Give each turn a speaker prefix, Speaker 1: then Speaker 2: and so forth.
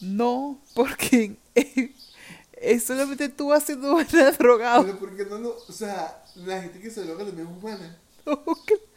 Speaker 1: No, porque es solamente tú haciendo una drogado.
Speaker 2: Pero porque no, no, o sea, la gente que se droga también es humana.
Speaker 1: No, claro.